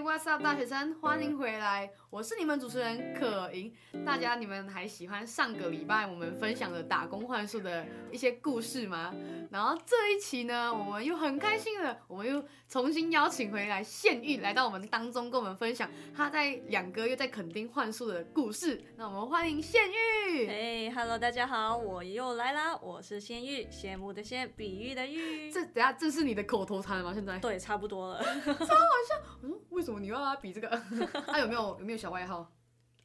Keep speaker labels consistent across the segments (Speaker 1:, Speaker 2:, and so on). Speaker 1: What's Up 大学生，欢迎回来，我是你们主持人可盈。大家你们还喜欢上个礼拜我们分享的打工换宿的一些故事吗？然后这一期呢，我们又很开心的，我们又重新邀请回来现玉来到我们当中，跟我们分享他在两个月在垦丁换宿的故事。那我们欢迎现 玉。
Speaker 2: 嘿、h e l l o 大家好，我又来啦，我是仙玉，羡慕的羡，比喻的喻，
Speaker 1: 这等下这是你的口头禅吗？现在？
Speaker 2: 对，差不多了。
Speaker 1: 我说为什么你又要比这个？ 啊有没有有没有小外号？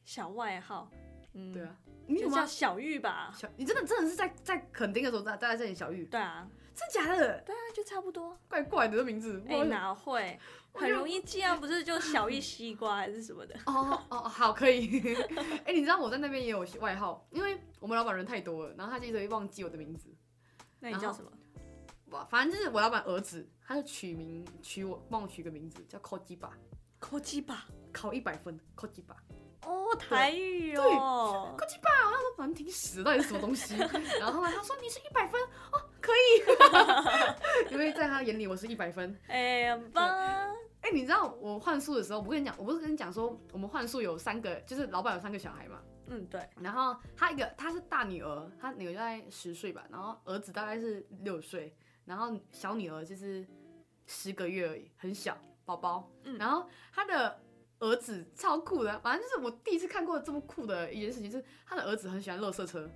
Speaker 2: 小外号，嗯，
Speaker 1: 对，啊，你有
Speaker 2: 就
Speaker 1: 吗
Speaker 2: 叫？小玉吧。
Speaker 1: 小，你真的真的是在在垦丁的时候，大大家叫你小玉，
Speaker 2: 对啊，
Speaker 1: 真假的？
Speaker 2: 对啊，就差不多。
Speaker 1: 怪怪的这名字。
Speaker 2: 哎、
Speaker 1: 我
Speaker 2: 哪会，
Speaker 1: 我
Speaker 2: 很
Speaker 1: 就
Speaker 2: 容易记啊，不是就小玉西瓜 还是什么的？
Speaker 1: 哦哦，好，可以。 哎、你知道我在那边也有外号，因为我们老板人太多了，然后他就一直会忘记我的名字。
Speaker 2: 那你叫什么？
Speaker 1: 哇，反正就是我老板儿子，他就取名取我帮我取个名字叫扣鸡巴，
Speaker 2: 科技吧。
Speaker 1: 考一百分，扣鸡巴。
Speaker 2: 哦，台语哦，
Speaker 1: 扣鸡巴，我那时候蛮挺死，到底是什么东西？ 然后后来他说你是一百分哦，可以，因 为在他眼里我是一百分。
Speaker 2: 哎、很棒啊，
Speaker 1: 哎、你知道我换宿的时候，我不跟你讲，我不是跟你讲说我们换宿有三个，就是老板有三个小孩嘛。
Speaker 2: 嗯，对，
Speaker 1: 然后他一个他是大女儿，他女儿大概十岁吧，然后儿子大概是六岁，然后小女儿就是十个月而已，很小宝宝。
Speaker 2: 嗯
Speaker 1: 然后他的儿子超酷的，啊反正就是我第一次看过这么酷的一件事情，就是他的儿子很喜欢乐色车。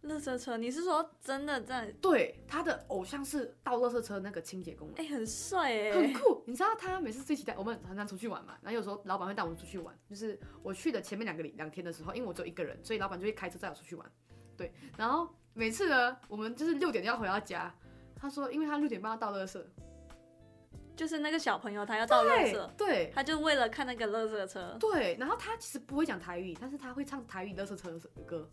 Speaker 2: 乐色车，你是说真的在？
Speaker 1: 对，他的偶像是倒乐色车那个清洁工人。
Speaker 2: 哎、很帅哎、
Speaker 1: 很酷，你知道他每次最期待，我们常常出去玩嘛，然后有时候老板会带我们出去玩，就是我去的前面两个礼两天的时候，因为我只有一个人，所以老板就会开车载我出去玩，对，然后每次呢，我们就是六点就要回到家，他说因为他六点半要到乐色，
Speaker 2: 就是那个小朋友他要到乐色，
Speaker 1: 对
Speaker 2: 他就为了看那个乐色车，
Speaker 1: 对，然后他其实不会讲台语，但是他会唱台语乐色车的歌，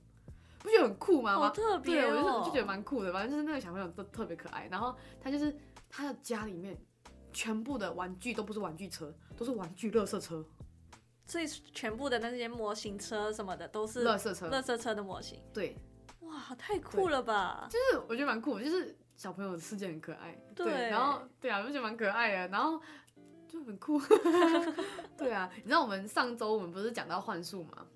Speaker 1: 不觉得很酷吗？
Speaker 2: 好特别
Speaker 1: 对，我就
Speaker 2: 哦！
Speaker 1: 我就觉得蛮酷的，反正就是那个小朋友都特别可爱。然后他就是他的家里面全部的玩具都不是玩具车，都是玩具乐色车，
Speaker 2: 所以全部的那些模型车什么的都是
Speaker 1: 乐色车，
Speaker 2: 乐色车的模型。
Speaker 1: 对，
Speaker 2: 哇，太酷了吧！
Speaker 1: 就是我觉得蛮酷的，就是小朋友的世界很可爱，
Speaker 2: 对
Speaker 1: 然后对啊，我就觉得蛮可爱的，然后就很酷， 对啊，你知道我们上周我们不是讲到幻术吗？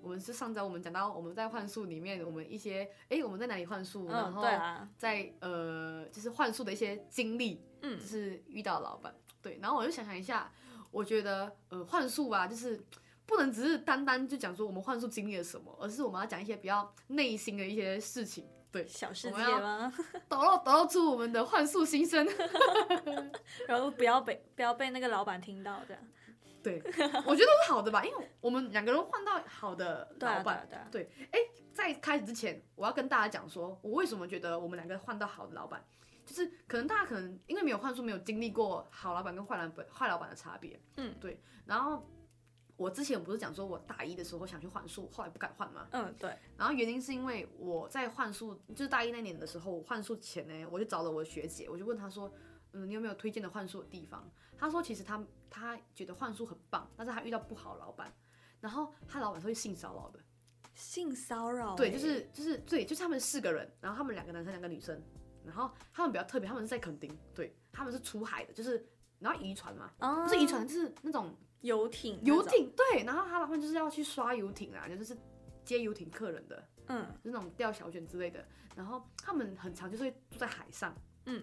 Speaker 1: 我们是上周我们讲到我们在幻术里面，我们一些诶，我们在哪里幻术，然
Speaker 2: 嗯，
Speaker 1: 后
Speaker 2: 对啊，
Speaker 1: 在呃就是幻术的一些经历，
Speaker 2: 嗯
Speaker 1: 就是遇到老板，对，然后我就想想一下，我觉得呃幻术啊，就是不能只是单单就讲说我们幻术经历了什么，而是我们要讲一些比较内心的一些事情，对，
Speaker 2: 小世
Speaker 1: 我
Speaker 2: 界
Speaker 1: 们要
Speaker 2: 吗？
Speaker 1: 抖露抖露出我们的幻术心声。
Speaker 2: 然后不要被不要被那个老板听到，这样。
Speaker 1: 对，我觉得是好的吧，因为我们两个人换到好的
Speaker 2: 对
Speaker 1: 老
Speaker 2: 啊，对
Speaker 1: 板。
Speaker 2: 啊，对啊，
Speaker 1: 在开始之前，我要跟大家讲说，我为什么觉得我们两个换到好的老板，就是可能大家可能因为没有幻术，没有经历过好老板跟坏老板坏老板的差别。
Speaker 2: 嗯，
Speaker 1: 对。然后我之前不是讲说我大一的时候想去幻术，后来不敢换嘛。
Speaker 2: 嗯，对，
Speaker 1: 然后原因是因为我在幻术，就是大一那年的时候，幻术前呢，我就找了我的学姐，我就问她说，嗯，你有没有推荐的幻术的地方？她说其实她她觉得幻术很棒，但是她遇到不好的老板，然后她老板是会性骚扰的，
Speaker 2: 性骚扰，欸
Speaker 1: 对，就是就是对，就是他们四个人，然后他们两个男生两个女生，然后他们比较特别，他们是在垦丁，对，他们是出海的，就是然后渔船嘛，
Speaker 2: 啊，
Speaker 1: 不是渔船，就是那种
Speaker 2: 游艇，
Speaker 1: 游，艇，对，然后她老板就是要去刷游艇啊，就是接游艇客人的。
Speaker 2: 嗯
Speaker 1: 就是那种钓小卷之类的。然后他们很常就是会住在海上，
Speaker 2: 嗯，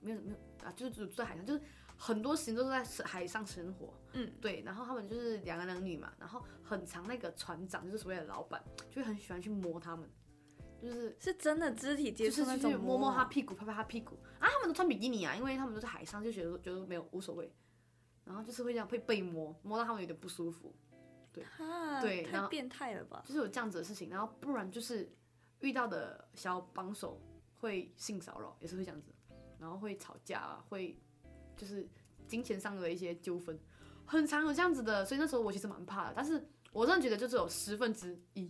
Speaker 1: 没有没有啊，就是住住在海上，就是很多时间都是在海上生活。
Speaker 2: 嗯，
Speaker 1: 对。然后他们就是两男两女嘛，然后很常那个船长就是所谓的老板，就会很喜欢去摸他们，就是。
Speaker 2: 是真的肢体接
Speaker 1: 就
Speaker 2: 触
Speaker 1: 是
Speaker 2: 那
Speaker 1: 去
Speaker 2: 种，
Speaker 1: 摸摸他，屁股，拍拍他屁股啊！他们都穿比基尼啊，因为他们都在海上，就觉得觉得没有无所谓，然后就是会这样会被摸，摸到他们有点不舒服。
Speaker 2: 啊，
Speaker 1: 对然
Speaker 2: 太
Speaker 1: 后
Speaker 2: 变态了吧？
Speaker 1: 就是有这样子的事情，然后不然就是遇到的小帮手会性骚扰，也是会这样子，然后会吵架啊，会就是金钱上的一些纠纷，很常有这样子的，所以那时候我其实蛮怕的，但是我真的觉得就只有十分之一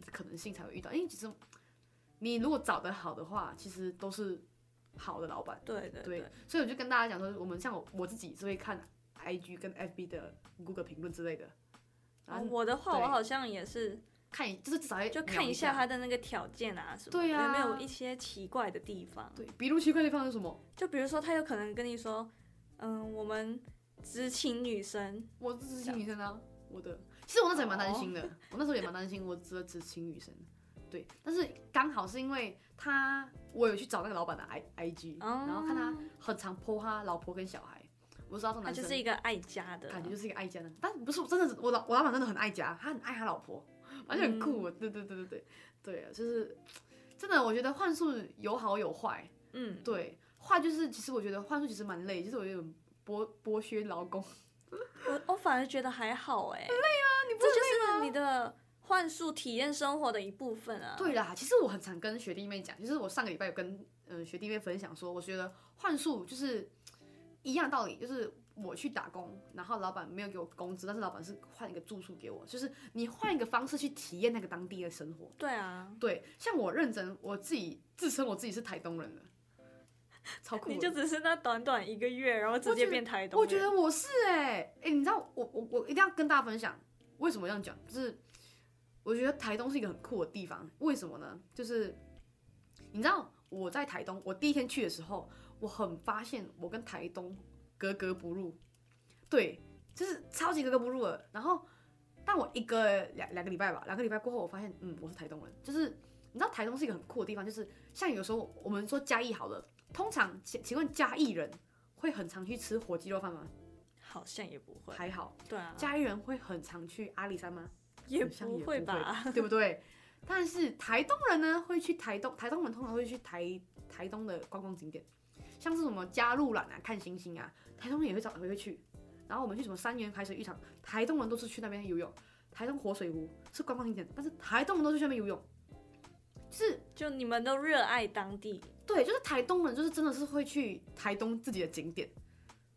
Speaker 1: 的可能性才会遇到，因为其实你如果找得好的话，其实都是好的老板，
Speaker 2: 对对
Speaker 1: 对
Speaker 2: 对，，
Speaker 1: 所以我就跟大家讲说，我们像我我自己是会看 IG 跟 FB 的 Google 评论之类的，然
Speaker 2: 然后
Speaker 1: 后
Speaker 2: 哦我的话，我
Speaker 1: 对
Speaker 2: 好像也是
Speaker 1: 看一就是至少会
Speaker 2: 就
Speaker 1: 瞄
Speaker 2: 看
Speaker 1: 一
Speaker 2: 一下他的那个条件啊什么的，
Speaker 1: 对啊
Speaker 2: 有没有一些奇怪的地方？
Speaker 1: 对，比如奇怪的地方是什么？
Speaker 2: 就比如说，他有可能跟你说，嗯，我们知情女神，
Speaker 1: 我是知情女生啊，我的。哦其实我那时候也蛮担心的，我那时候也蛮担心我只知情女生，对。但是刚好是因为他，我有去找那个老板的 i i g，、
Speaker 2: 嗯
Speaker 1: 然后看他很常 po 他老婆跟小孩，我知道这种
Speaker 2: 她
Speaker 1: 男
Speaker 2: 就
Speaker 1: 生
Speaker 2: 是一个爱家的，
Speaker 1: 感觉就是一个爱家的，但不是真的是我老我老板真的很爱家，他很爱他老婆，而且很酷。啊对对对对对对啊，就是真的，我觉得幻术有好有坏。
Speaker 2: 嗯，
Speaker 1: 对，坏就是其实我觉得幻术其实蛮累，就是我有点剥剥削劳工。
Speaker 2: 我我反而觉得还好哎、累啊，你不这就是你的幻术体验生活的一部分啊。
Speaker 1: 对啦，其实我很常跟学弟妹讲，就是我上个礼拜有跟嗯、呃学弟妹分享说，我觉得幻术就是一样道理，就是我去打工，然后老板没有给我工资，但是老板是换一个住宿给我，就是你换一个方式去体验那个当地的生活。
Speaker 2: 对啊，
Speaker 1: 对，像我认真，我自己自称我自己是台东人的，超酷的。
Speaker 2: 你就只是那短短一个月，然后直接变台东
Speaker 1: 我觉
Speaker 2: 人
Speaker 1: 得我是哎、欸、哎、你知道我我我一定要跟大家分享为什么这样讲，就是我觉得台东是一个很酷的地方，为什么呢？就是你知道我在台东，我第一天去的时候，我很发现我跟台东格格不入，对，就是超级格格不入的。然后，但我一个两两个礼拜吧，两个礼拜过后，我发现嗯我是台东人，就是你知道台东是一个很酷的地方，就是像有时候我们说嘉义好了，通常请请问嘉义人。会很常去吃火鸡肉饭吗？
Speaker 2: 好像也不会，
Speaker 1: 还好，
Speaker 2: 对啊，
Speaker 1: 家里人会很常去阿里山 吗？
Speaker 2: 也
Speaker 1: 好像
Speaker 2: 不会吧？
Speaker 1: 对不对？但是台东人呢，会去台东，台东人通常会去台台东的观光景点，像是什么加入兰啊、看星星啊，台东人也会找也会去。然后我们去什么三元排水浴场，台东人都是去那边游泳。台东活水湖是观光景点，但是台东人都是去那边游泳，就是
Speaker 2: 就你们都热爱当地，
Speaker 1: 对，就是台东人，就是真的是会去台东自己的景点，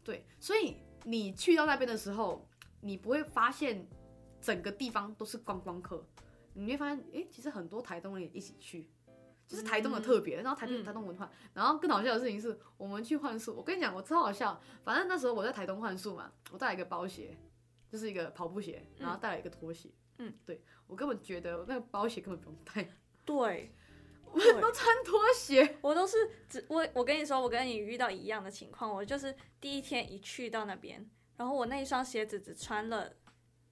Speaker 1: 对，所以你去到那边的时候，你不会发现整个地方都是观光客，你会发现，诶，其实很多台东人也一起去，就是台东的特别，然后台东、
Speaker 2: 嗯
Speaker 1: 台东文化，然后更好笑的事情是我们去幻术，我跟你讲，我超好笑，反正那时候我在台东幻术嘛，我带了一个包鞋，就是一个跑步鞋，然后带了一个拖鞋，
Speaker 2: 嗯，
Speaker 1: 对我根本觉得那个包鞋根本不用带，
Speaker 2: 对。
Speaker 1: 我们都穿拖鞋。
Speaker 2: 我都是只我我跟你说，我跟你遇到一样的情况，我就是第一天一去到那边，然后我那一双鞋子只穿了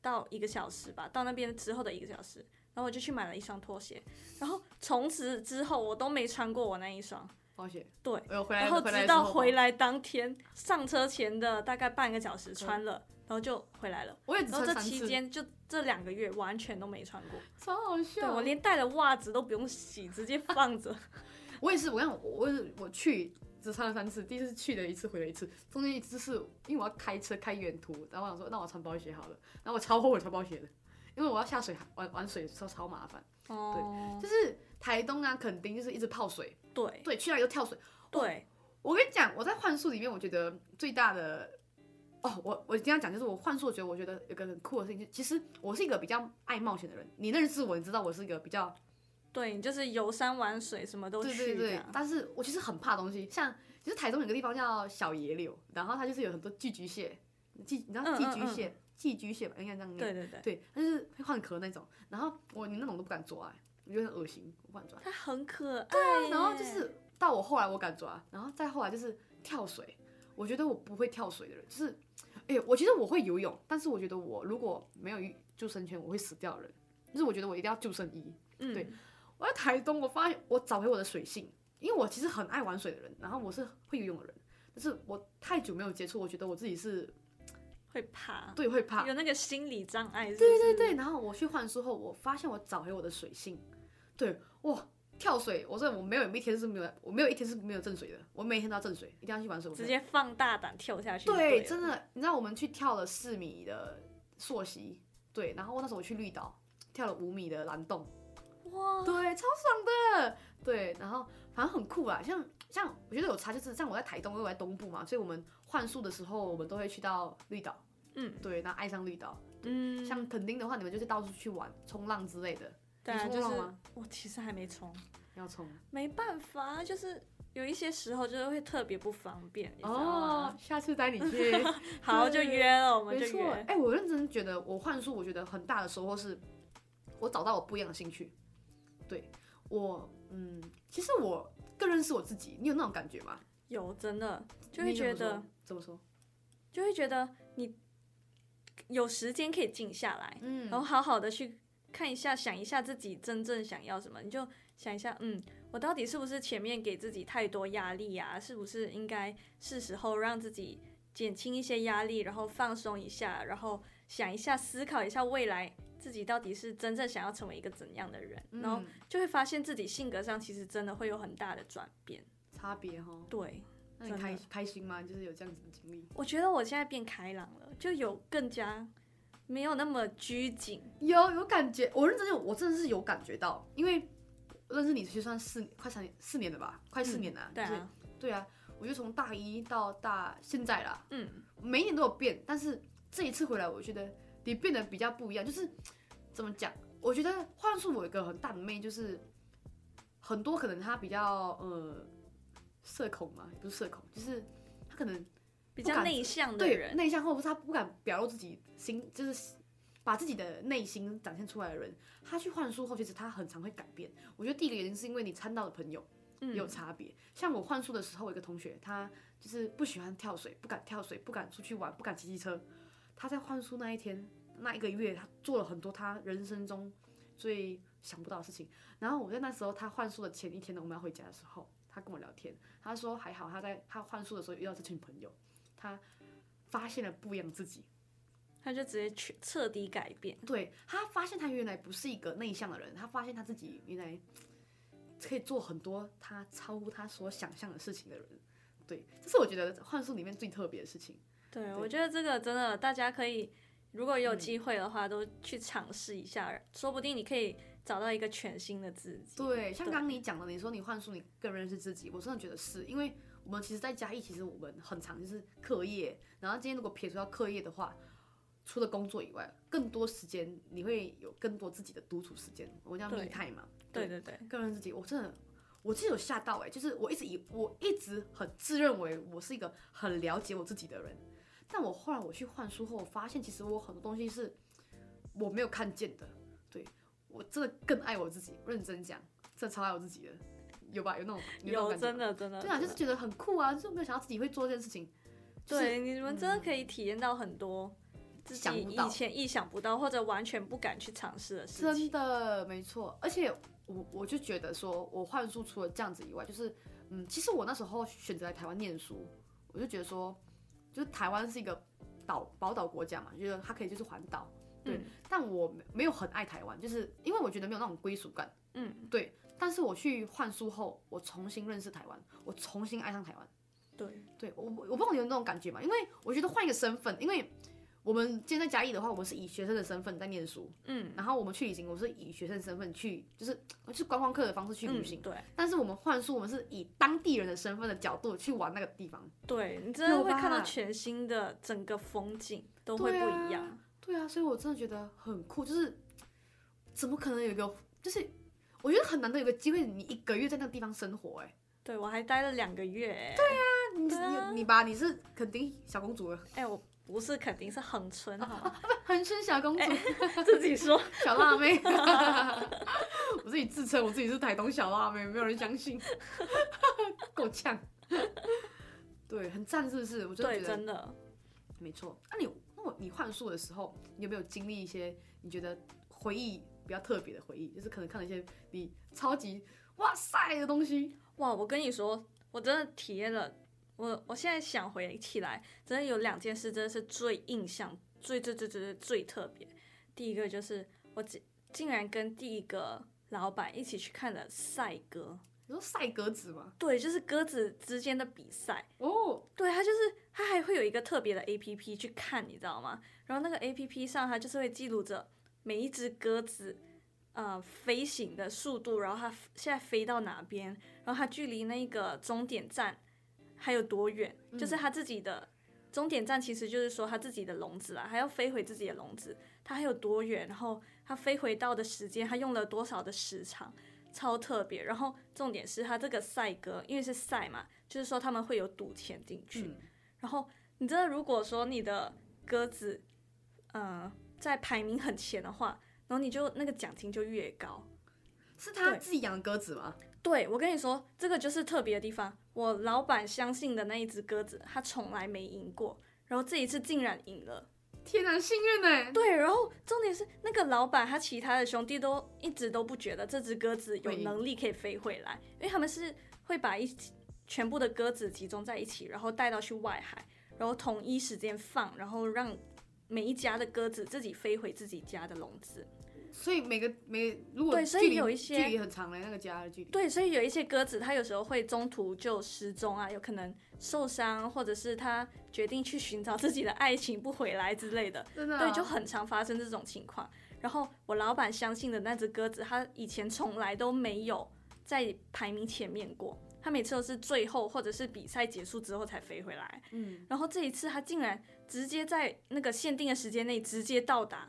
Speaker 2: 到一个小时吧，到那边之后的一个小时，然后我就去买了一双拖鞋，然后从此之后我都没穿过我那一双，
Speaker 1: 保险。
Speaker 2: 对
Speaker 1: 哎呦，回来
Speaker 2: 然后直到回
Speaker 1: 来
Speaker 2: 来当天上车前的大概半个小时穿了，然后就回来了，
Speaker 1: 的时候，嗯我也只
Speaker 2: 然后
Speaker 1: 穿
Speaker 2: 这
Speaker 1: 三
Speaker 2: 期
Speaker 1: 次，
Speaker 2: 间就这两个月完全都没穿过，
Speaker 1: 超好
Speaker 2: 对
Speaker 1: 笑。
Speaker 2: 我连带的袜子都不用洗，直接放 着，
Speaker 1: 我也是，我跟你讲，我我也是我去只穿了三次，第一次去了一次，回了一次，中间一次是因为我要开车开远途，然后我想说那我穿包鞋好了，然后我超后悔穿包鞋的，因为我要下水玩玩水超超麻烦，
Speaker 2: 哦，
Speaker 1: 就是台东啊垦丁就是一直泡水，
Speaker 2: 对
Speaker 1: 对，去那里就跳水。
Speaker 2: 对，
Speaker 1: 我跟你讲，我在幻术里面，我觉得最大的哦，我我一定要讲，就是我幻术，我觉得我觉得有个很酷的事情，就其实我是一个比较爱冒险的人，你认识我，你知道我是一个比较
Speaker 2: 对你就是游山玩水，什么都
Speaker 1: 对
Speaker 2: 去
Speaker 1: 对
Speaker 2: 这
Speaker 1: 对
Speaker 2: 样，
Speaker 1: 但是我其实很怕东西，像其实台中有个地方叫小野柳，然后它就是有很多寄居蟹，寄你知道
Speaker 2: 嗯
Speaker 1: 寄
Speaker 2: 嗯
Speaker 1: 居
Speaker 2: 嗯
Speaker 1: 蟹，寄居蟹吧，应该这样念。
Speaker 2: 对对对，
Speaker 1: 对，它就是会换壳那种，然后我你那种都不敢抓、欸我觉得很恶心，我不敢抓。
Speaker 2: 它很可爱耶。
Speaker 1: 啊然后就是到我后来我敢抓，然后再后来就是跳水，我觉得我不会跳水的人，就是，哎、我其实我会游泳，但是我觉得我如果没有救生圈，我会死掉的人，就是我觉得我一定要救生衣。
Speaker 2: 嗯，
Speaker 1: 对我在台东，我发现我找回我的水性，因为我其实很爱玩水的人，然后我是会游泳的人，但是我太久没有接触，我觉得我自己是
Speaker 2: 会怕，
Speaker 1: 对会怕，
Speaker 2: 有那个心理障碍是不
Speaker 1: 对
Speaker 2: 是。
Speaker 1: 对对。然后我去换书后，我发现我找回我的水性，对哇，跳水，我说我没有一天是没有，我没有一天是没有正水的，我每天都要正水，一定要去玩水。我
Speaker 2: 直接放大胆跳下去就
Speaker 1: 对，
Speaker 2: 了
Speaker 1: 真的，你知道我们去跳了四米的溯溪，对，然后那时候我去绿岛跳了五米的蓝洞。
Speaker 2: 哇，
Speaker 1: 对，超爽的。对，然后反正很酷啊，像像我觉得有差，就是像我在台东，因为我在东部嘛，所以我们换宿的时候，我们都会去到绿岛，
Speaker 2: 嗯
Speaker 1: 对，那爱上绿岛。
Speaker 2: 嗯，
Speaker 1: 像垦丁的话，你们就是到处去玩、冲浪之类的。
Speaker 2: 对啊，
Speaker 1: 你
Speaker 2: 就
Speaker 1: 冲
Speaker 2: 是
Speaker 1: 浪吗
Speaker 2: 我其实还没冲，
Speaker 1: 要冲
Speaker 2: 没办法，就是有一些时候就是会特别不方便，你知道
Speaker 1: 哦
Speaker 2: 吗？，
Speaker 1: 下次带你 去。
Speaker 2: 好，就约了，我们
Speaker 1: 没
Speaker 2: 啊就
Speaker 1: 错，哎、
Speaker 2: 约。
Speaker 1: 我认真觉得我换书，我觉得很大的收获是，我找到我不一样的兴趣。对我，嗯，其实我更认识我自己。你有那种感觉吗？
Speaker 2: 有真的就
Speaker 1: 你
Speaker 2: 会
Speaker 1: 怎么
Speaker 2: 觉得
Speaker 1: 说怎么说？
Speaker 2: 就会觉得你有时间可以静下来，
Speaker 1: 嗯
Speaker 2: 然后好好的去看一下，想一下自己真正想要什么，你就想一下，嗯，我到底是不是前面给自己太多压力啊？是不是应该是时候让自己减轻一些压力，然后放松一下，然后想一下，思考一下未来自己到底是真正想要成为一个怎样的人，然后
Speaker 1: 嗯
Speaker 2: 就会发现自己性格上其实真的会有很大的转变。
Speaker 1: 差别哈。
Speaker 2: 对，
Speaker 1: 那你
Speaker 2: 真的
Speaker 1: 开开心吗？就是有这样子的经历？
Speaker 2: 我觉得我现在变开朗了，就有更加没有那么拘谨。
Speaker 1: 有有感觉，我认真有，我真的是有感觉到，因为认识你其实算四快三年四年了吧，快四年了、
Speaker 2: 对
Speaker 1: 就是
Speaker 2: 啊，
Speaker 1: 嗯对啊，我就从大一到大现在啦，
Speaker 2: 嗯，
Speaker 1: 每一年都有变，但是这一次回来，我觉得你变得比较不一样，就是怎么讲？我觉得幻术我有一个很大的魅力，就是很多可能他比较呃社恐嘛，也不是社恐，就是他可能不
Speaker 2: 比较
Speaker 1: 敢
Speaker 2: 内向的
Speaker 1: 对
Speaker 2: 人，
Speaker 1: 内向，或者是他不敢表露自己心，就是把自己的内心展现出来的人，他去幻术后，其实他很常会改变。我觉得第一个原因是因为你参到的朋友。
Speaker 2: 嗯
Speaker 1: 有差别。像我换宿的时候，我一个同学，他就是不喜欢跳水，不敢跳水，不敢出去玩，不敢骑机车。他在换宿那一天，那一个月，他做了很多他人生中最想不到的事情。然后我在那时候他换宿的前一天呢，我们要回家的时候，他跟我聊天，他说还好他在他换宿的时候遇到这群朋友，他发现了不一样的自己。
Speaker 2: 他就直接去彻底改变。
Speaker 1: 对他发现他原来不是一个内向的人，他发现他自己原来可以做很多他超乎他所想象的事情的人。对，这是我觉得幻术里面最特别的事情。
Speaker 2: 对，我觉得这个真的大家可以，如果
Speaker 1: 嗯
Speaker 2: 有机会的话，都去尝试一下，说不定你可以找到一个全新的自己。
Speaker 1: 对，像刚刚你讲的，你说你幻术，你更认识自己，我真的觉得是因为我们其实，在嘉义，其实我们很常就是课业，然后今天如果撇除掉课业的话，除了工作以外，更多时间你会有更多自己的独处时间，我们叫
Speaker 2: 对
Speaker 1: me time 嘛。
Speaker 2: 对对对，
Speaker 1: 个人自己，我真的我自己有吓到哎、就是我一直以我一直很自认为我是一个很了解我自己的人，但我后来我去换书后，我发现其实我很多东西是我没有看见的，对我真的更爱我自己，认真讲，真的超爱我自己的，有吧？有那种
Speaker 2: 有
Speaker 1: 那种感觉
Speaker 2: 真
Speaker 1: 吗
Speaker 2: 的真的，
Speaker 1: 对啊，
Speaker 2: 真
Speaker 1: 就
Speaker 2: 的
Speaker 1: 是觉得很酷啊，就是没有想到自己会做这件事情，就是
Speaker 2: 对你们真的可以体验到很多自
Speaker 1: 想
Speaker 2: 己
Speaker 1: 不到
Speaker 2: 以前意想不到或者完全不敢去尝试的事
Speaker 1: 真
Speaker 2: 情。
Speaker 1: 的没错，而且我我就觉得说，我幻术除了这样子以外，就是嗯，其实我那时候选择来台湾念书，我就觉得说，就是台湾是一个岛宝岛国家嘛，觉得它可以就是环岛，对。
Speaker 2: 嗯
Speaker 1: 但我没没有很爱台湾，就是因为我觉得没有那种归属感，
Speaker 2: 嗯，
Speaker 1: 对。但是我去幻术后，我重新认识台湾，我重新爱上台湾。
Speaker 2: 对，
Speaker 1: 对我，我我不知道你有那种感觉嘛？因为我觉得换一个身份，因为我们今天在嘉义的话，我们是以学生的身份在念书，
Speaker 2: 嗯，
Speaker 1: 然后我们去旅行，我是以学生身份去，就是就是观光客的方式去旅行。
Speaker 2: 嗯、对
Speaker 1: 但是我们幻术，我们是以当地人的身份的角度去玩那个地方。
Speaker 2: 对，你真的
Speaker 1: 有
Speaker 2: 会看到
Speaker 1: 吧
Speaker 2: 全新的整个风景都会
Speaker 1: 对
Speaker 2: 不
Speaker 1: 啊
Speaker 2: 一样。
Speaker 1: 对啊，所以我真的觉得很酷，就是怎么可能有一个，就是我觉得很难得有个机会，你一个月在那个地方生活、哎，
Speaker 2: 对我还待了两个月、欸。对啊，
Speaker 1: 那你、你你吧，你是肯定小公主了，
Speaker 2: 哎、我不是肯定是恒春好吗？
Speaker 1: 恒春小公主，
Speaker 2: 自己说。
Speaker 1: 哎小辣妹， 我自己自称我自己是台东小辣妹，没有人相信， 够呛。 对，很赞，是不是？我真的
Speaker 2: 对，
Speaker 1: 觉得
Speaker 2: 真的，
Speaker 1: 没错。那、你那我你幻术的时候，你有没有经历一些你觉得回忆比较特别的回忆？就是可能看了一些你超级哇塞的东西。
Speaker 2: 哇！我跟你说，我真的体验了。我我现在想回起来，真的有两件事真的是最印象、最最最最最最特别。第一个就是我竟竟然跟第一个老板一起去看了赛鸽，
Speaker 1: 你说赛格子吗？
Speaker 2: 对，就是鸽子之间的比赛。
Speaker 1: 哦，
Speaker 2: 对，它就是它还会有一个特别的 A P P 去看，你知道吗？然后那个 A P P 上它就是会记录着每一只鸽子，呃，飞行的速度，然后它现在飞到哪边，然后它距离那个终点站还有多远，就是它自己的。终点站其实就是说它自己的笼子啦，它要飞回自己的笼子，它还有多远，然后它飞回到的时间，它用了多少的时长，超特别。然后重点是它这个赛鸽，因为是赛嘛，就是说他们会有赌钱进去，
Speaker 1: 嗯
Speaker 2: 然后你真的如果说你的鸽子，呃，在排名很前的话，然后你就那个奖金就越高。
Speaker 1: 是他
Speaker 2: 对
Speaker 1: 自己养的鸽子吗？
Speaker 2: 对我跟你说，这个就是特别的地方。我老板相信的那一只鸽子，它从来没赢过，然后这一次竟然赢了。
Speaker 1: 天哪，幸运呢、
Speaker 2: 对，然后重点是那个老板他其他的兄弟都一直都不觉得这只鸽子有
Speaker 1: 会赢
Speaker 2: 能力可以飞回来，因为他们是会把一起全部的鸽子集中在一起，然后带到去外海，然后统一时间放，然后让每一家的鸽子自己飞回自己家的笼子。
Speaker 1: 所以每个每如果
Speaker 2: 对所以
Speaker 1: 距离
Speaker 2: 有一些
Speaker 1: 距离很长嘞，那个家的距离。
Speaker 2: 对，所以有一些鸽子，它有时候会中途就失踪啊，有可能受伤，或者是它决定去寻找自己的爱情不回来之类的。
Speaker 1: 真的、啊、
Speaker 2: 对，就很常发生这种情况。然后我老板相信的那只鸽子，它以前从来都没有在排名前面过，它每次都是最后或者是比赛结束之后才飞回来。
Speaker 1: 嗯，
Speaker 2: 然后这一次它竟然直接在那个限定的时间内直接到达，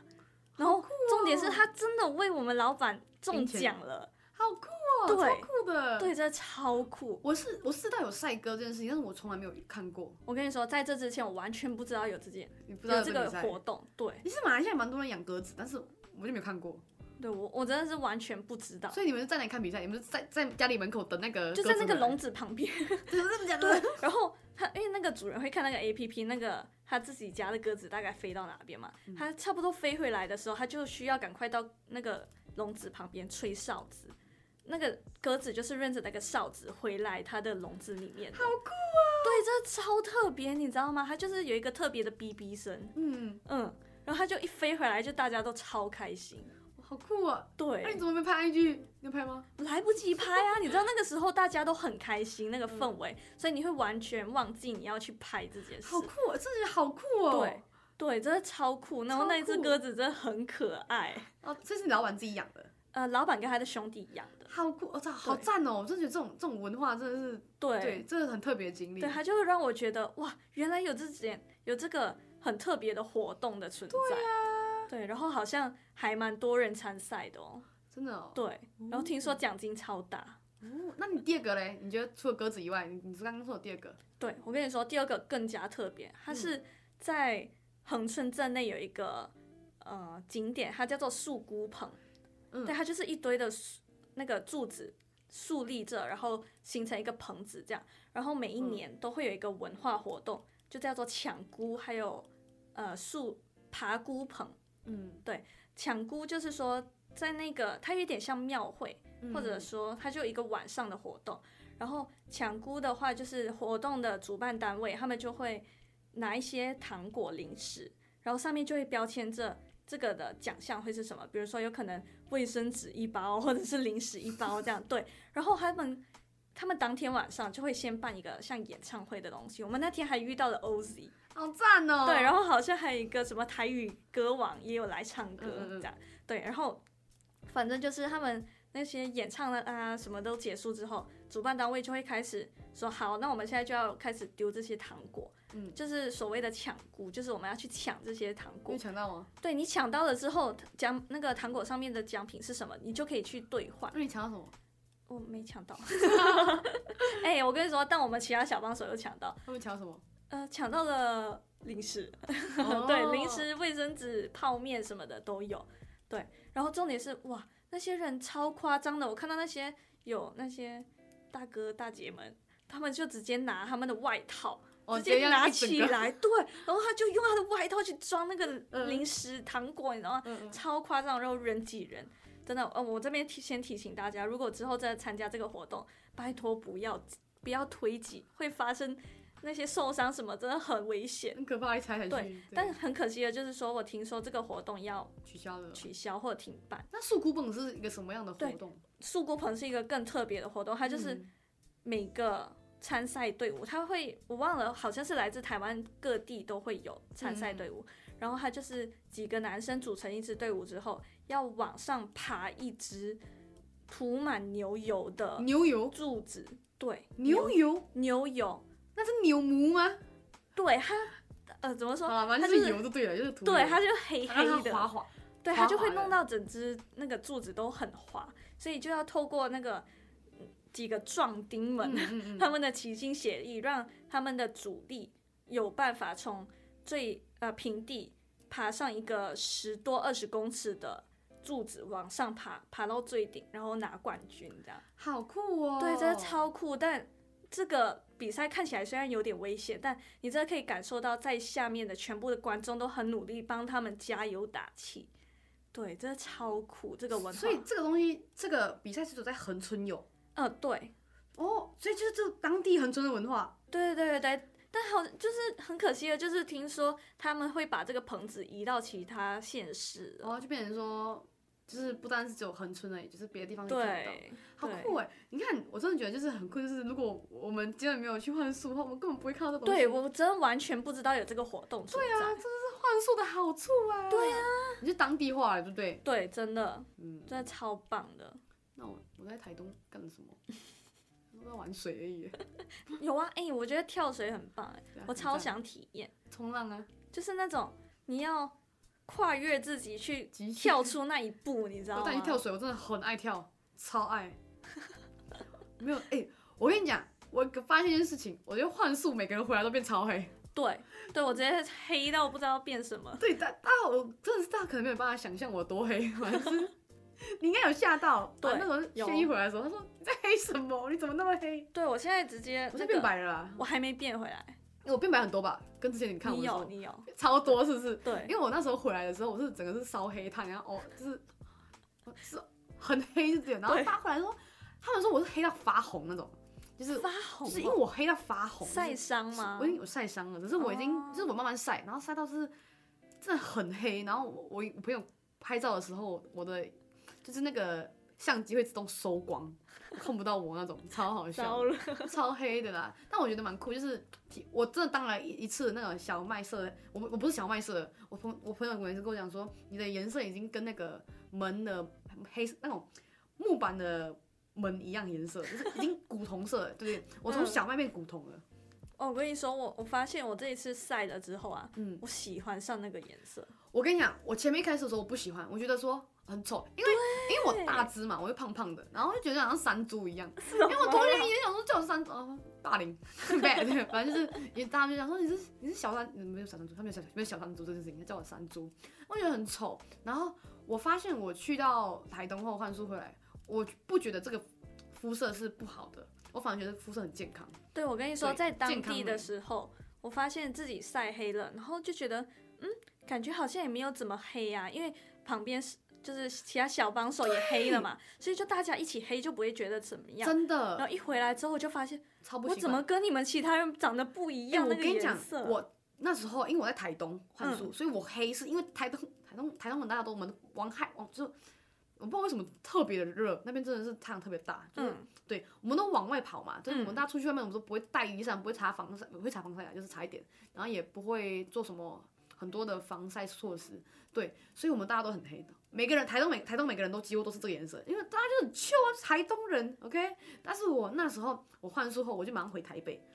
Speaker 2: 然后重点是它真的为我们老板中
Speaker 1: 哦赢钱
Speaker 2: 奖了，
Speaker 1: 好酷哦，
Speaker 2: 对
Speaker 1: 超酷的。，
Speaker 2: 对，这超酷。
Speaker 1: 我是我知道有赛鸽这件事情，但是我从来没有看过，
Speaker 2: 我跟你说，在这之前我完全不知道有这件
Speaker 1: 你不知道
Speaker 2: 有
Speaker 1: 有
Speaker 2: 这
Speaker 1: 个
Speaker 2: 个
Speaker 1: 比赛。
Speaker 2: 活动，对，
Speaker 1: 其实马来西亚蛮多人养鸽子，但是我就没有看过。
Speaker 2: 对我我真的是完全不知道，
Speaker 1: 所以你们是在哪里看比赛？你们是在在家里门口等那个鸽
Speaker 2: 就
Speaker 1: 子
Speaker 2: 在
Speaker 1: 回来？
Speaker 2: 那 个笼子旁边。
Speaker 1: 真的假的？
Speaker 2: 然后他因为那个主人会看那个 A P P，那个他自己家的鸽子大概飞到哪边嘛，他差不多飞回来的时候，他就需要赶快到那个笼子旁边吹哨子。那个鸽子就是认着那个哨子回来它的笼子里面，好酷啊！对，这超特别，你知道吗？它就是有一个特别的哔哔声，
Speaker 1: 嗯，
Speaker 2: 嗯，然后它就一飞回来，就大家都超开心。
Speaker 1: 好酷哦。
Speaker 2: 对，
Speaker 1: 那你怎么没拍 IG？你有拍吗？
Speaker 2: 来不及拍啊！你知道那个时候大家都很开心，那个氛围，所以你会完全忘记你要去拍这件事
Speaker 1: 好。酷、哦，这觉好酷哦。
Speaker 2: 对对，真的超酷。然后那一只
Speaker 1: 超酷
Speaker 2: 鸽子真的很可爱。
Speaker 1: 哦，这是你老板自己养的，
Speaker 2: 呃，老板跟他的兄弟养的，
Speaker 1: 好酷哦，这好赞哦！我真的觉得这种这种文化真的是，
Speaker 2: 对
Speaker 1: 对，这是很特别的经历。
Speaker 2: 对，他就让我觉得哇，原来有这件有这个很特别的活动的存在。对啊然后好像还蛮多人参赛的哦。
Speaker 1: 真的哦。
Speaker 2: 对，然后听说奖金超大。
Speaker 1: 哦那你第二个嘞？你觉得除了鸽子以外，你你是刚刚说的第二个？
Speaker 2: 对，我跟你说，第二个更加特别，
Speaker 1: 嗯
Speaker 2: 它是在恒春镇内有一个呃景点，它叫做树菇棚。
Speaker 1: 嗯
Speaker 2: 对，它就是一堆的树那个柱子竖立着，然后形成一个棚子这样。然后每一
Speaker 1: 嗯
Speaker 2: 年都会有一个文化活动，就叫做抢菇，还有呃树爬菇棚。
Speaker 1: 嗯，
Speaker 2: 抢菇就是说，在那个它有点像庙会，
Speaker 1: 嗯
Speaker 2: 或者说它就一个晚上的活动。然后抢菇的话，就是活动的主办单位他们就会拿一些糖果零食，然后上面就会标签着这个的奖项会是什么，比如说有可能卫生纸一包，或者是零食一包这样。对，然后他们。他们当天晚上就会先办一个像演唱会的东西，我们那天还遇到了 OZ，
Speaker 1: 好赞哦。
Speaker 2: 对，然
Speaker 1: 后
Speaker 2: 后好像还有一个什么台语歌王也有来唱歌
Speaker 1: 嗯嗯嗯
Speaker 2: 这样，对，然后反正就是他们那些演唱的啊什么都结束之后，主办单位就会开始说好，那我们现在就要开始丢这些糖果，
Speaker 1: 嗯
Speaker 2: 就是所谓的抢菇，就是我们要去抢这些糖
Speaker 1: 哦你
Speaker 2: 果
Speaker 1: 有，抢到吗？
Speaker 2: 对你抢到了之后，奖那个糖果上面的奖品是什么，你就可以去兑换。
Speaker 1: 那你抢到什么？
Speaker 2: 我没抢 到， 哎、我跟你说，但我们其他小帮手有抢到，
Speaker 1: 他们抢到什么？
Speaker 2: 呃，抢到了零食。
Speaker 1: 哦
Speaker 2: 对，零。食、卫生纸、泡面什么的都有。对，然后重点是哇，那些人超夸张的，我看到那些有那些大哥大姐们，他们就直接拿他们的外套。
Speaker 1: 哦
Speaker 2: 直接拿
Speaker 1: 直接
Speaker 2: 起
Speaker 1: 这样一整个
Speaker 2: 来，对，然后他就用他的外套去装那个
Speaker 1: 嗯
Speaker 2: 零食、糖果，你知道吗？
Speaker 1: 嗯嗯，
Speaker 2: 超夸张，然后人挤人，真的。呃，我这边提先提醒大家，如果之后再参加这个活动，拜托不要不要推挤，会发生那些受伤什么，真的很危险。
Speaker 1: 嗯很可怕，一踩下去。
Speaker 2: 对
Speaker 1: 对
Speaker 2: 但很可惜的就是说，我听说这个活动要
Speaker 1: 取消了。
Speaker 2: 取消或停办。
Speaker 1: 那树菇本是一个什么样的活
Speaker 2: 对
Speaker 1: 动？
Speaker 2: 树菇棚是一个更特别的活动，它就是呃
Speaker 1: 嗯
Speaker 2: 每个参赛队伍，它会我忘了，好像是来自台湾各地都会有参赛队伍。
Speaker 1: 嗯
Speaker 2: 然后它就是几个男生组成一支队伍之后，要往上爬一只涂满牛油的
Speaker 1: 牛油，
Speaker 2: 柱子，对，
Speaker 1: 牛油，
Speaker 2: 牛油，
Speaker 1: 那是牛母吗？
Speaker 2: 对它，呃，怎么说？
Speaker 1: 啊，反正
Speaker 2: 它就是
Speaker 1: 是油就对了，就是涂油。
Speaker 2: 对，它就黑
Speaker 1: 然后
Speaker 2: 黑
Speaker 1: 它
Speaker 2: 的，
Speaker 1: 滑滑，
Speaker 2: 对，
Speaker 1: 滑
Speaker 2: 它就会
Speaker 1: 滑的
Speaker 2: 弄到整只那个柱子都很滑，所以就要透过那个嗯几个壮丁们、
Speaker 1: 嗯 嗯嗯，
Speaker 2: 他们的齐心协力，让他们的主力有办法从最呃平地爬上一个十多二十公尺的柱子往上爬，爬到最顶，然后拿冠军这样。
Speaker 1: 好酷哦。
Speaker 2: 对，真的超酷，但这个比赛看起来虽然有点危险，但你真的可以感受到在下面的全部的观众都很努力帮他们加油打气。对，真的超酷，这个文化。
Speaker 1: 所以，这个东西，这个比赛是走在恒春有
Speaker 2: 呃，对，
Speaker 1: 哦，所以就是这当地恒春的文化，
Speaker 2: 对对对对对。但好，就是很可惜的，就是听说他们会把这个棚子移到其他县市了。
Speaker 1: 然后就变成说，就是不单是只有恒春而已，就是别的地方也看得到。
Speaker 2: 对，
Speaker 1: 好
Speaker 2: 对
Speaker 1: 酷哎、你看，我真的觉得就是很酷，就是如果我们真的没有去幻术的话，我们根本不会看到这东西。
Speaker 2: 对我真的完全不知道有这个活动存在。
Speaker 1: 啊，这就是幻术的好处啊。对啊，你就当地化了，对不对？
Speaker 2: 对，真的，
Speaker 1: 嗯，
Speaker 2: 真的超棒的。
Speaker 1: 那我我在台东干了什么？ 我在玩水而 已，
Speaker 2: 有啊，哎、我觉得跳水很棒、哎，
Speaker 1: 对啊
Speaker 2: 我超
Speaker 1: 很赞
Speaker 2: 想体验，
Speaker 1: 冲浪啊，
Speaker 2: 就是那种你要跨越自己去
Speaker 1: 极限
Speaker 2: 跳出那一步， 你知道
Speaker 1: 我
Speaker 2: 吗
Speaker 1: 带你？跳水，我真的很爱跳，超爱。 没有，哎、我跟你讲，我发现一件事情，我觉得幻术每个人回来都变超黑。
Speaker 2: 对，对我直接黑到不知道变什么。
Speaker 1: 对，大大家我真的是大家可能没有办法想象我多黑， 反正是你应该有吓到。
Speaker 2: 对
Speaker 1: 啊那时候
Speaker 2: 有
Speaker 1: 轩一回来的时候，他说你在黑什么？你怎么那么黑？
Speaker 2: 对我现在直接
Speaker 1: 我
Speaker 2: 那
Speaker 1: 是变
Speaker 2: 个，
Speaker 1: 白了啦，
Speaker 2: 我还没变回来。
Speaker 1: 我变白很多吧？跟之前你看我
Speaker 2: 你
Speaker 1: 的时
Speaker 2: 有，
Speaker 1: 候
Speaker 2: 你有，
Speaker 1: 超多，是不是？
Speaker 2: 对
Speaker 1: 因，为我那时候回来的时候，我是整个是烧黑炭，然后哦，就是我是很黑就这样。然后
Speaker 2: 对
Speaker 1: 大家回来说，他们说我是黑到发红那种，就是
Speaker 2: 发
Speaker 1: 就
Speaker 2: 红
Speaker 1: 是因为
Speaker 2: 哦，
Speaker 1: 我黑到发红，
Speaker 2: 晒
Speaker 1: 就是
Speaker 2: 伤吗
Speaker 1: 我已？经有晒伤了，只是我已经、
Speaker 2: 哦
Speaker 1: 就是我慢慢晒，然后晒到就是真的很黑。然后我我我朋友拍照的时候，我的就是那个相机会自动收光，看不到我那种，超好笑
Speaker 2: 糟，了，
Speaker 1: 超黑的啦。但我觉得蛮酷，就是我真的当了一一次那个小麦色，我我不是小麦色，我朋我朋友每次跟我讲说，你的颜色已经跟那个门的黑那种木板的。门一样颜色，就是已经古铜色了，对不对？我从
Speaker 2: 嗯
Speaker 1: 小麦变古铜了，
Speaker 2: 哦，我跟你说，我我发现我这一次晒了之后啊，
Speaker 1: 嗯，
Speaker 2: 我喜欢上那个颜色。
Speaker 1: 我跟你讲，我前面一开始的时候我不喜欢，我觉得说很丑，因为因为我大只嘛，我又胖胖的，然后就觉得好像山猪一样。
Speaker 2: 因
Speaker 1: 因为我同学也想说叫我山猪，啊霸凌 bad，反正就是也大家就讲说你是你是小山，嗯没有小山猪，他没有小没有小山猪这件事情，他叫我山猪，我觉得很丑。然后我发现我去到台东后换宿回来，我不觉得这个肤色是不好的，我反而觉得肤色很健康。
Speaker 2: 对，我跟你说，
Speaker 1: 对
Speaker 2: 在当
Speaker 1: 健康
Speaker 2: 地的
Speaker 1: 美
Speaker 2: 时候，我发现自己晒黑了，然后就觉得，嗯，感觉好像也没有怎么黑啊，因为旁边是就是其他小帮手也黑了嘛， 所以就大家一起黑就不会觉得怎么样。
Speaker 1: 真
Speaker 2: 然
Speaker 1: 的
Speaker 2: 后一回来之后，我就发现
Speaker 1: 超不
Speaker 2: 我
Speaker 1: 习
Speaker 2: 怎
Speaker 1: 惯。
Speaker 2: 么跟你们其他人长得不一
Speaker 1: 哎
Speaker 2: 样，
Speaker 1: 我
Speaker 2: 那
Speaker 1: 跟
Speaker 2: 个
Speaker 1: 你
Speaker 2: 颜
Speaker 1: 讲，
Speaker 2: 色。
Speaker 1: 我那时候因为我在台东换宿，所以我黑是因为台东台东台东很大都我们往海往就我不知道为什么特别的热，那边真的是太阳特别大，就是、
Speaker 2: 嗯，
Speaker 1: 对我们都往外跑嘛，就是我们
Speaker 2: 嗯
Speaker 1: 大家出去外面，我们都不会带雨伞，不会擦防晒，不会擦防晒啊，就是擦一点，然后也不会做什么很多的防晒措施，对，所以我们大家都很黑的，每个人台东每台东每个人都几乎都是这个颜色，因为大家就很 chill 啊，台东人，OK，但是我那时候我换宿后，我就马上回台北，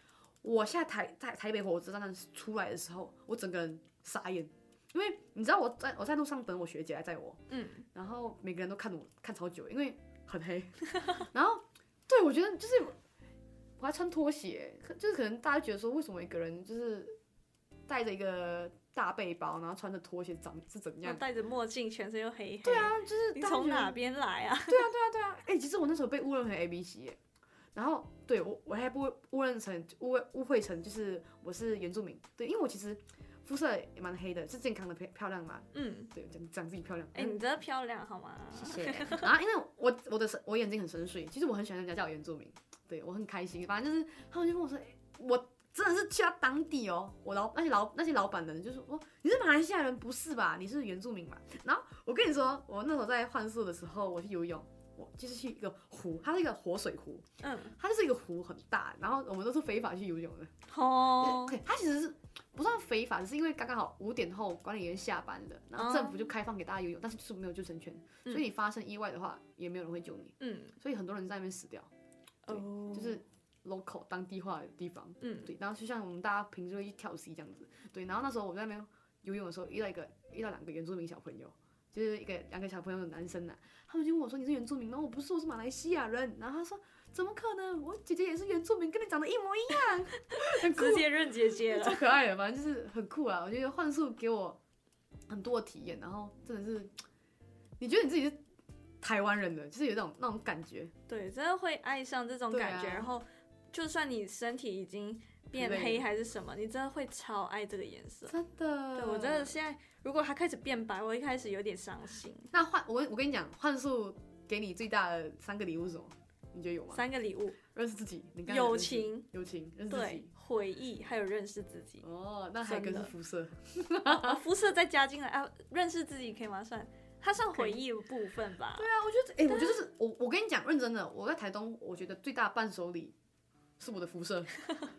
Speaker 1: 我下台台台北火车站出来的时候，我整个人傻眼，因为你知道我在我在路上等我学姐来载我，
Speaker 2: 嗯，
Speaker 1: 然后每个人都看我看超久，因为很黑， 然后对我觉得就是我还穿拖鞋，可就是可能大家觉得说为什么一个人就是带着一个大背包，然后穿着拖鞋长是怎
Speaker 2: 然
Speaker 1: 样
Speaker 2: 后？戴着墨镜，全身又黑黑。
Speaker 1: 对，啊，就是
Speaker 2: 你
Speaker 1: 大家
Speaker 2: 从
Speaker 1: 觉得
Speaker 2: 哪边来啊？
Speaker 1: 哎、其实我那时候被误认为 A B C，耶然后对我我还不误认成误会误会成就是我是原住民，对，因为我其实肤色也蛮黑的，是健康的漂漂亮嘛，
Speaker 2: 嗯，
Speaker 1: 对，讲讲自己漂亮，
Speaker 2: 哎、你真的漂亮好吗？
Speaker 1: 谢谢。 然后因为我我的我眼睛很深邃，其实我很喜欢人家叫我原住民，对我很开心。反正就是他们就跟我说，诶我真的是去到当地哦，我老那些老那些老板的人就说，哦，你是马来西亚人不是吧？你是原住民吧？然后我跟你说，我那时候在换宿的时候，我去游泳。我就是去一个湖，它是一个活水湖，
Speaker 2: 嗯，
Speaker 1: 它就是一个湖很大，然后我们都是非法去游泳的。
Speaker 2: 哦，
Speaker 1: 对，它其实是不算非法，只是因为刚刚好五点后管理员下班了，然后政府就开放给大家游泳，但是就是没有救生圈，所以你发生意外的话，也没有人会救你，
Speaker 2: 嗯，
Speaker 1: 所以很多人在那边死掉，对
Speaker 2: 哦，
Speaker 1: 就是 local 当地化的地方。
Speaker 2: 嗯，
Speaker 1: 对，然后就像我们大家平时会去跳 C 这样子，对，然后那时候我在那边游泳的时候遇到一个遇到两个原住民小朋友，就是一个两个小朋友的男生呐、啊他们就问我说你是原住民吗？我不是，我是马来西亚人。然后他说怎么可能？我姐姐也是原住民，跟你长得一模一样， 很酷
Speaker 2: 直接认 姐姐了
Speaker 1: 超。可爱的，反正就是很酷啊！我觉得幻术给我很多的体验，然后真的是，你觉得你自己是台湾人的，就是有那种那种感觉，
Speaker 2: 对，真的会爱上这种感觉，
Speaker 1: 对啊
Speaker 2: 然后就算你身体已经变
Speaker 1: 疲惫
Speaker 2: 黑还是什么，你真的会超爱这个颜色。
Speaker 1: 真的，
Speaker 2: 对我真的。现在，如果它开始变白，我一开始有点伤心。
Speaker 1: 那幻我我跟你讲，幻术给你最大的三个礼物是什么？你觉得有吗？
Speaker 2: 三个礼物：
Speaker 1: 认识自己，你刚才
Speaker 2: 友
Speaker 1: 认识自己，
Speaker 2: 情、
Speaker 1: 友情，认识自
Speaker 2: 对
Speaker 1: 己。
Speaker 2: 回忆，还有认识自己。
Speaker 1: 哦，那还有一个
Speaker 2: 真
Speaker 1: 是
Speaker 2: 的
Speaker 1: 肤色，
Speaker 2: 啊肤色再加进来啊，认识自己可以吗？算，它算
Speaker 1: 可
Speaker 2: 回
Speaker 1: 以
Speaker 2: 忆的部分吧。
Speaker 1: 对啊，我觉得，哎、我觉得是我，我跟你讲，认真的，我在台东，我觉得最大的伴手礼是我的肤 色。对啊，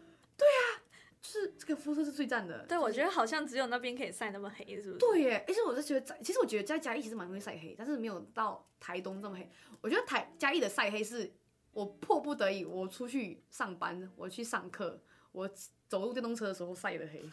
Speaker 1: 就是这个肤色是最赞的。
Speaker 2: 对，我
Speaker 1: 就是
Speaker 2: 觉得好像只有那边可以晒那么黑，是不是？
Speaker 1: 对耶，而且我是觉得在，其实我觉得在嘉义其实蛮容易晒黑，但是没有到台东这么黑。我觉得台嘉义的晒黑是我迫不得已，我出去上班，我去上课，我走路电动车的时候晒的黑。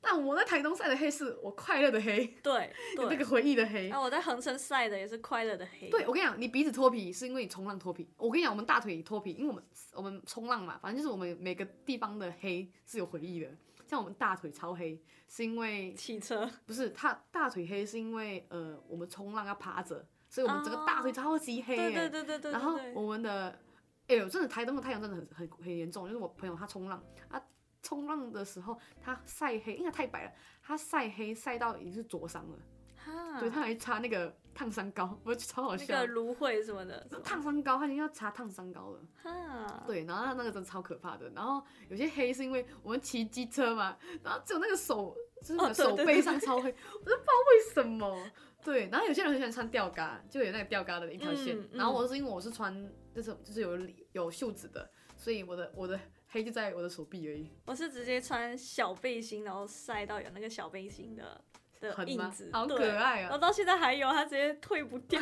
Speaker 1: 但我在台东晒的黑是我快乐的黑，
Speaker 2: 对
Speaker 1: 有那
Speaker 2: 对。
Speaker 1: 个回忆的黑。
Speaker 2: 啊，我在恒生晒的也是快乐的黑。
Speaker 1: 对，我跟你讲，你鼻子脱皮是因为你冲浪脱皮。我跟你讲，我们大腿脱皮，因为我们我们冲浪嘛，反正就是我们每个地方的黑是有回忆的。像我们大腿超黑，是因为
Speaker 2: 汽车，
Speaker 1: 不是它大腿黑，是因为呃我们冲浪要趴着，所以我们整个大腿
Speaker 2: 哦
Speaker 1: 超级黑、欸
Speaker 2: 对对对对对。
Speaker 1: 然后
Speaker 2: 对
Speaker 1: 我们的哎呦，真的台东的太阳真的很很很严重，就是我朋友他冲浪啊。冲浪的时候，他晒黑，因为他太白了，他晒黑晒到已经是灼伤了，
Speaker 2: 哈
Speaker 1: 对，他还擦那个烫伤膏，我觉得超好
Speaker 2: 那
Speaker 1: 笑。
Speaker 2: 个芦荟什么的，是吗
Speaker 1: 烫伤膏，他已经要擦烫伤膏了。
Speaker 2: 哈，
Speaker 1: 对，然后他那个真的超可怕的。然后有些黑是因为我们骑机车嘛，然后只有那个手，就是那个
Speaker 2: 哦对
Speaker 1: 手
Speaker 2: 对
Speaker 1: 背
Speaker 2: 对
Speaker 1: 上超黑，我都不知道为什么。对，然后有些人很喜欢穿吊嘎，就有那个吊嘎的一条线。
Speaker 2: 嗯嗯
Speaker 1: 然后我是因为我是穿就是就是有有袖子的，所以我的我的黑就在我的手臂而已。
Speaker 2: 我是直接穿小背心，然后晒到有那个小背心的的
Speaker 1: 很吗
Speaker 2: 印子，？
Speaker 1: 好可
Speaker 2: 对。哦
Speaker 1: 爱
Speaker 2: 然
Speaker 1: 啊！
Speaker 2: 后到现在还有，它直接退不 掉。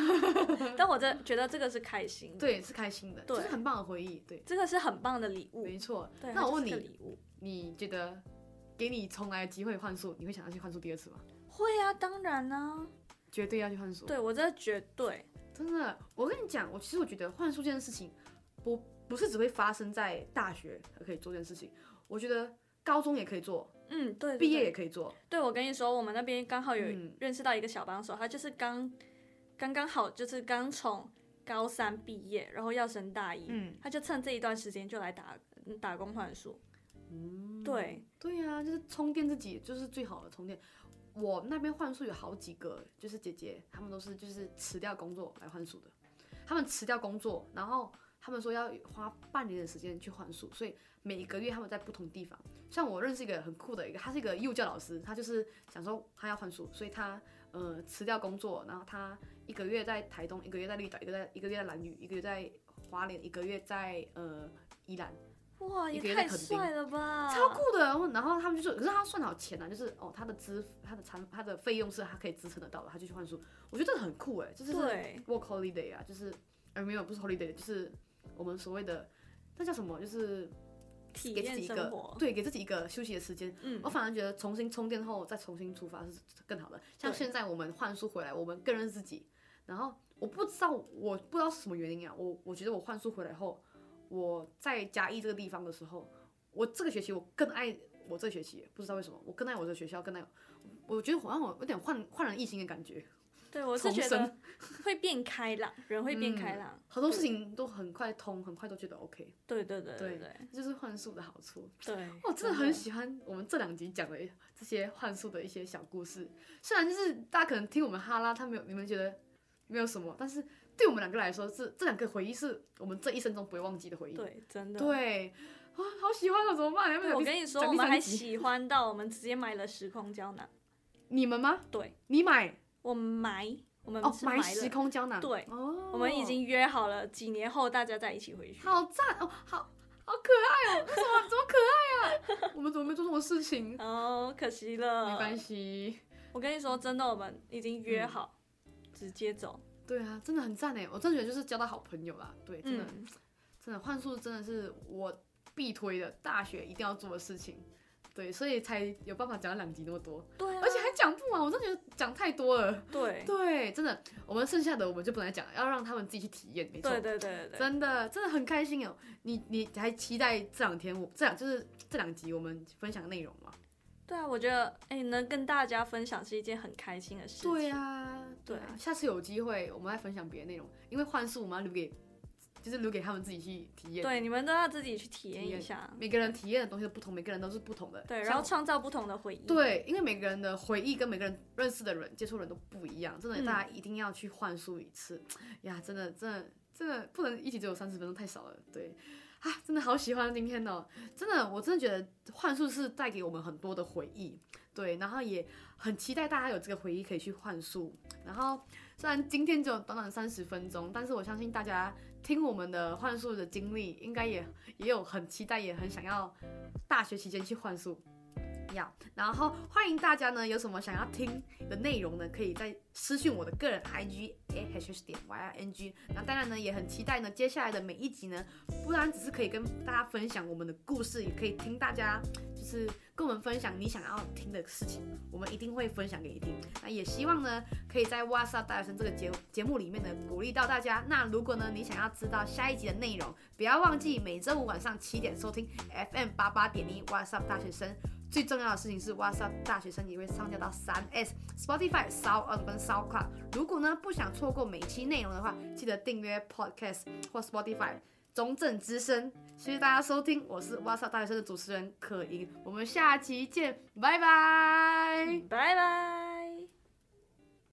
Speaker 2: 但我真的觉得这个是开心的，
Speaker 1: 对，是开心的，
Speaker 2: 对
Speaker 1: 就是很棒的回忆。对，
Speaker 2: 这个是很棒的礼物。
Speaker 1: 没错。
Speaker 2: 对，
Speaker 1: 那我
Speaker 2: 它
Speaker 1: 问
Speaker 2: 就是个
Speaker 1: 你，
Speaker 2: 礼物
Speaker 1: 你觉得给你重来的机会换宿，你会想要去换宿第二次吗？
Speaker 2: 会啊，当然啊，
Speaker 1: 绝对要去换宿。
Speaker 2: 对我这绝对
Speaker 1: 真的，我跟你讲，我其实我觉得换宿这件事情，不不是只会发生在大学可以做这件事情，我觉得高中也可以做，
Speaker 2: 嗯，对对
Speaker 1: 毕业
Speaker 2: 对
Speaker 1: 也可以做。
Speaker 2: 对我跟你说，我们那边刚好有
Speaker 1: 嗯
Speaker 2: 认识到一个小帮手，他就是刚刚刚好就是刚从高三毕业，然后要升大一，
Speaker 1: 嗯
Speaker 2: 他就趁这一段时间就来打嗯打工换宿。
Speaker 1: 嗯，
Speaker 2: 对，
Speaker 1: 对呀、就是充电自己就是最好的充电。我那边换宿有好几个，就是姐姐，她们都是就是辞掉工作来换宿的，她们辞掉工作，然后她们说要花半年的时间去换宿，所以每个月她们在不同地方。像我认识一个很酷的一个，他是一个幼教老师，他就是想说他要换宿，所以他呃辞掉工作，然后他一个月在台东，一个月在绿岛，一个在一个月在兰屿，一个月在花莲，一个月在呃宜兰。
Speaker 2: 哇，
Speaker 1: 你
Speaker 2: 也
Speaker 1: 可以在
Speaker 2: 太
Speaker 1: 垦丁
Speaker 2: 帅了吧！
Speaker 1: 超酷的。然后他们就说，可是他算好钱啊，就是哦，他的支他的产他的费用是他可以支撑得到的，他就去换书。我觉得这很酷哎，就是
Speaker 2: 对
Speaker 1: work holiday 啊，就是呃没有不是 holiday，就是我们所谓的那叫什么，就是
Speaker 2: 体
Speaker 1: 给自
Speaker 2: 验
Speaker 1: 己一
Speaker 2: 生
Speaker 1: 个
Speaker 2: 活。
Speaker 1: 对给自己一个休息的时间。
Speaker 2: 嗯
Speaker 1: 我，反而觉得重新充电后再重新出发是更好的。像
Speaker 2: 对
Speaker 1: 现在我们换书回来，我们更认识自己。然后我不知道，我不知道是什么原因啊，我我觉得我换书回来后，我在嘉义这个地方的时候，我这个学期我更爱我这个学期，不知道为什么，我更爱我这个学校，更爱我。我觉得好像我有点焕焕然一新的感觉，
Speaker 2: 对我是
Speaker 1: 重
Speaker 2: 觉得会变开朗，人会变
Speaker 1: 嗯
Speaker 2: 开朗。
Speaker 1: 很多事情都很快通，很快都觉得 OK，
Speaker 2: 对对对
Speaker 1: 对
Speaker 2: 对
Speaker 1: 这就是幻术的好处。啊
Speaker 2: 对，
Speaker 1: 我哦真的很喜欢我们这两集讲的这些幻术的一些小故事，虽然就是大家可能听我们哈拉，他没有你们觉得没有什么，但是对我们两个来说，这这两个回忆是我们这一生中不会忘记的回忆。
Speaker 2: 对真的。
Speaker 1: 对，啊，好喜欢哦，怎么办？要不
Speaker 2: 对，
Speaker 1: 要
Speaker 2: 我
Speaker 1: 讲第
Speaker 2: 跟你说，
Speaker 1: 讲
Speaker 2: 我
Speaker 1: 第
Speaker 2: 们
Speaker 1: 三
Speaker 2: 还
Speaker 1: 集
Speaker 2: 喜欢到我们直接买了时空胶囊。
Speaker 1: 你们吗？
Speaker 2: 对，
Speaker 1: 你买
Speaker 2: 我们埋，我们
Speaker 1: 哦，
Speaker 2: 是
Speaker 1: 买
Speaker 2: 埋了。
Speaker 1: 时空胶囊。
Speaker 2: 对
Speaker 1: 哦，
Speaker 2: 我们已经约好了，几年后大家再一起回去。
Speaker 1: 好赞哦，好好可爱哦， 怎么怎么可爱啊？ 我们怎么没做这种事情？
Speaker 2: 哦，可惜了。
Speaker 1: 没关
Speaker 2: 系。
Speaker 1: 系。嗯
Speaker 2: 我跟你说，真的，我们已经约好，直接走。
Speaker 1: 对啊，真的很赞哎！我真的觉得就是交到好朋友啦，对，真的、
Speaker 2: 嗯
Speaker 1: 真的幻术真的是我必推的大学一定要做的事情，对，所以才有办法讲到两集那么多，
Speaker 2: 对啊，
Speaker 1: 而且还讲不完，我真的觉得讲太多了。
Speaker 2: 对，
Speaker 1: 对，真的，我们剩下的我们就不来讲了，要让他们自己去体验，没错。
Speaker 2: 对对对对对，
Speaker 1: 真的，真的很开心哦！你你还期待这两天我这两就是这两集我们分享的内容吗？
Speaker 2: 对啊，我觉得，哎，能跟大家分享是一件很开心的事情。
Speaker 1: 对啊，对啊，
Speaker 2: 对
Speaker 1: 下次有机会我们再分享别的内容，因为幻术我们要留给就是留给他们自己去体验。
Speaker 2: 对，你们都要自己去体验
Speaker 1: 体验
Speaker 2: 一下，
Speaker 1: 每个人体验的东西都不同，每个人都是不同的。
Speaker 2: 对，
Speaker 1: 像
Speaker 2: 然后创造不同的回忆。
Speaker 1: 对，因为每个人的回忆跟每个人认识的人、接触的人都不一样，真的，
Speaker 2: 嗯
Speaker 1: 大家一定要去幻术一次。呀，真的，真的，真的不能一集只有三十分钟，太少了。对，啊，真的好喜欢今天哦，真的，我真的觉得幻术是带给我们很多的回忆。对，然后也很期待大家有这个回忆可以去幻术。然后虽然今天只有短短三十分钟，但是我相信大家听我们的幻术的经历，应该也也有很期待，也很想要大学期间去幻术。要，然后欢迎大家呢，有什么想要听的内容呢，可以在私信我的个人 IG a h h 点 y i n g。那当然呢，也很期待呢，接下来的每一集呢，不然只是可以跟大家分享我们的故事，也可以听大家就是跟我们分享你想要听的事情，我们一定会分享给你听。那也希望呢，可以在哇塞大学生这个节节目里面呢，鼓励到大家。那如果呢，你想要知道下一集的内容，不要忘记每周五晚上七点收听 FM 八八点一哇塞大学生。最重要的事情是，WhatsApp 大学生也会上架到三 S、Spotify、Sound 跟 SoundCloud。如果呢不想错过每期内容的话，记得订阅 Podcast 或 Spotify 中正之声。谢谢大家收听，我是 WhatsApp 大学生的主持人可盈，我们下期见，拜拜。
Speaker 2: 拜拜。